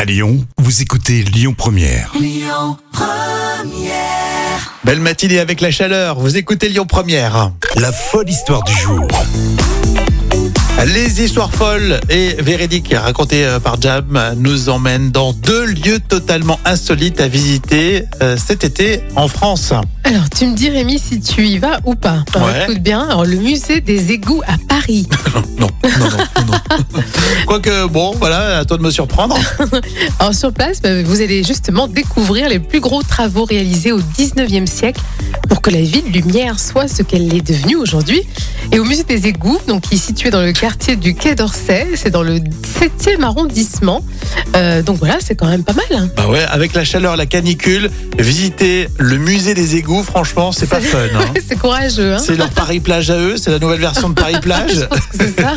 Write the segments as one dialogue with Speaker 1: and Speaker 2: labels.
Speaker 1: À Lyon, vous écoutez Lyon Première.
Speaker 2: Belle matinée avec la chaleur, vous écoutez Lyon Première.
Speaker 1: La folle histoire du jour.
Speaker 2: Les histoires folles et véridiques racontées euh, par Jam nous emmènent dans deux lieux totalement insolites à visiter euh, cet été en France.
Speaker 3: Alors, tu me dis, Rémi, si tu y vas ou pas. Alors,
Speaker 2: Ouais.
Speaker 3: Écoute bien, alors, le musée des égouts à Paris.
Speaker 2: Non, non, non, non. Quoique, bon, voilà, à toi de me surprendre.
Speaker 3: Alors, sur place, bah, vous allez justement découvrir les plus gros travaux réalisés au 19e siècle pour que la ville Lumière soit ce qu'elle est devenue aujourd'hui. Et au musée des égouts, donc, qui est situé dans le quartier du Quai d'Orsay, c'est dans le 7e arrondissement. Euh, donc voilà, c'est quand même pas mal. hein.
Speaker 2: Bah ouais, avec la chaleur, la canicule, visiter le musée des égouts, franchement, c'est pas fun. hein.
Speaker 3: c'est courageux. Hein
Speaker 2: C'est leur Paris-Plage à eux, c'est la nouvelle version de Paris-Plage.
Speaker 3: Je pense que c'est ça.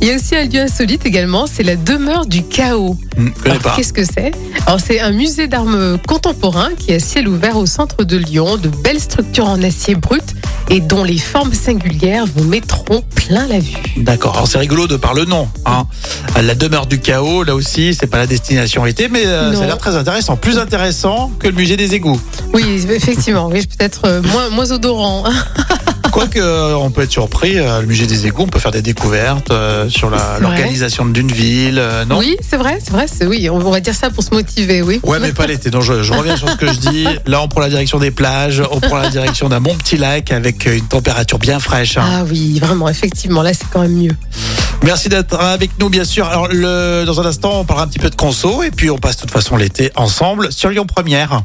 Speaker 3: Il y a aussi un lieu insolite également, c'est la demeure du chaos.
Speaker 2: Hmm, Je connais
Speaker 3: Alors,
Speaker 2: pas.
Speaker 3: Bah, Qu'est-ce que c'est Alors c'est un musée d'armes contemporain qui est à ciel ouvert au centre de Lyon, de belles structures en acier brut et dont les formes singulières vous mettront plein la vue.
Speaker 2: D'accord, alors c'est rigolo de par le nom. Hein. La demeure du chaos, là aussi, c'est pas la destination été, mais euh,
Speaker 3: Non.
Speaker 2: ça a l'air très intéressant. Plus intéressant que le musée des égouts.
Speaker 3: Oui, effectivement, oui, peut-être euh, moins, moins odorant. hein.
Speaker 2: Quoique, euh, on peut être surpris, euh, le musée des égouts, on peut faire des découvertes euh, sur la-
Speaker 3: C'est
Speaker 2: l'organisation d'une ville, euh, non
Speaker 3: Oui, c'est vrai, c'est vrai, c'est oui, on va dire ça pour se motiver, oui.
Speaker 2: Ouais, mais pas l'été. Donc, je, je reviens sur ce que je dis. Là, on prend la direction des plages, on prend la direction d'un bon petit lac avec euh, une température bien fraîche. hein.
Speaker 3: Ah oui, vraiment, effectivement, là c'est quand même mieux.
Speaker 2: Merci d'être avec nous, bien sûr. Alors, le, dans un instant, on parlera un petit peu de conso et puis on passe de toute façon l'été ensemble sur Lyon Première.